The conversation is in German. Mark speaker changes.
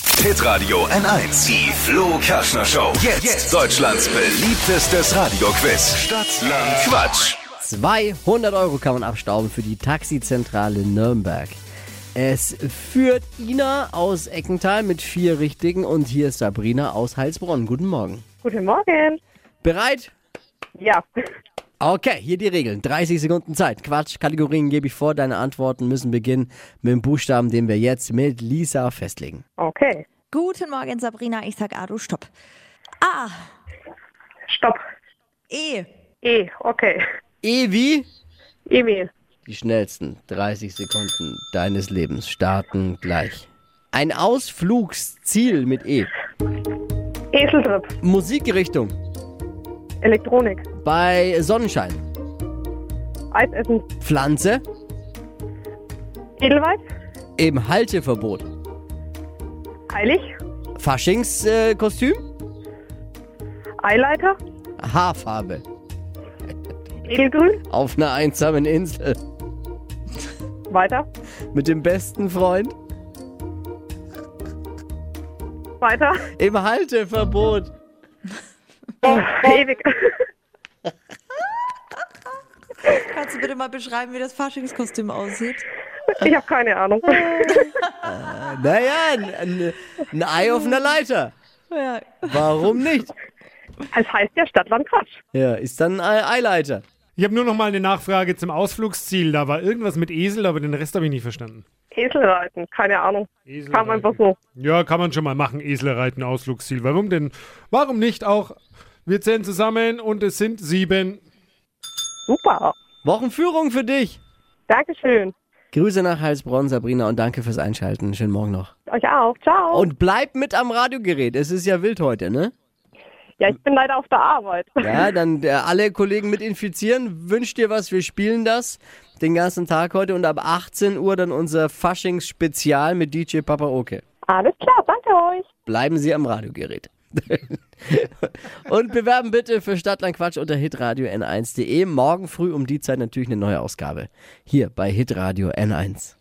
Speaker 1: Hitradio N1. Die Flo Kaschner Show. Jetzt. Deutschlands beliebtestes Radioquiz. Stadt, Land, Quatsch.
Speaker 2: 200 Euro kann man abstauben für die Taxizentrale Nürnberg. Es führt Ina aus Eckental mit vier Richtigen und hier ist Sabrina aus Heilsbronn. Guten Morgen.
Speaker 3: Guten Morgen.
Speaker 2: Bereit?
Speaker 3: Ja.
Speaker 2: Okay, hier die Regeln. 30 Sekunden Zeit. Quatsch, Kategorien gebe ich vor. Deine Antworten müssen beginnen mit dem Buchstaben, den wir jetzt mit Lisa festlegen.
Speaker 3: Okay.
Speaker 4: Guten Morgen, Sabrina. Ich sag A, du stopp. Ah, A,
Speaker 3: Stopp.
Speaker 4: E,
Speaker 3: E. Okay.
Speaker 2: E wie?
Speaker 3: Emil.
Speaker 2: Die schnellsten 30 Sekunden deines Lebens starten gleich. Ein Ausflugsziel mit E.
Speaker 3: Eseltrip.
Speaker 2: Musikrichtung
Speaker 3: Elektronik.
Speaker 2: bei Sonnenschein.
Speaker 3: Eisessen.
Speaker 2: Pflanze
Speaker 3: Edelweiß.
Speaker 2: im Halteverbot.
Speaker 3: Heilig.
Speaker 2: Faschingskostüm, äh, Kostüm?
Speaker 3: Eileiter.
Speaker 2: Haarfarbe.
Speaker 3: Edelgrün.
Speaker 2: Auf einer einsamen Insel.
Speaker 3: Weiter.
Speaker 2: Mit dem besten Freund.
Speaker 3: Weiter.
Speaker 2: Im Halteverbot.
Speaker 3: Oh, ewig.
Speaker 4: kannst du bitte mal beschreiben, wie das Faschingskostüm aussieht?
Speaker 3: Ich habe keine Ahnung.
Speaker 2: Naja, ein, ein, ein Ei auf einer Leiter.
Speaker 4: Ja.
Speaker 2: Warum nicht?
Speaker 3: Es heißt ja Stadtland Quatsch.
Speaker 2: Ja, ist dann ein Eileiter.
Speaker 5: Ich habe nur noch mal eine Nachfrage zum Ausflugsziel. Da war irgendwas mit Esel, aber den Rest habe ich nicht verstanden.
Speaker 3: Eselreiten. Keine Ahnung.
Speaker 5: Esel
Speaker 3: Kam einfach so.
Speaker 5: Ja, kann man schon mal machen, Eselreiten, Ausflugsziel. Warum denn? Warum nicht auch? Wir zählen zusammen und es sind sieben.
Speaker 3: Super.
Speaker 2: Wochenführung für dich.
Speaker 3: Dankeschön.
Speaker 2: Grüße nach Heilsbronn, Sabrina, und danke fürs Einschalten. Schönen Morgen noch.
Speaker 3: Euch auch. Ciao.
Speaker 2: Und bleib mit am Radiogerät. Es ist ja wild heute, ne?
Speaker 3: Ja, ich bin leider auf der Arbeit.
Speaker 2: Ja, dann äh, alle Kollegen mit infizieren. Wünsch dir was, wir spielen das den ganzen Tag heute und ab 18 Uhr dann unser Faschings-Spezial mit DJ Papa Oke.
Speaker 3: Alles klar. Danke euch.
Speaker 2: Bleiben Sie am Radiogerät. und bewerben bitte für Stadtlandquatsch unter hitradio n1.de. Morgen früh um die Zeit natürlich eine neue Ausgabe. Hier bei hitradio n1.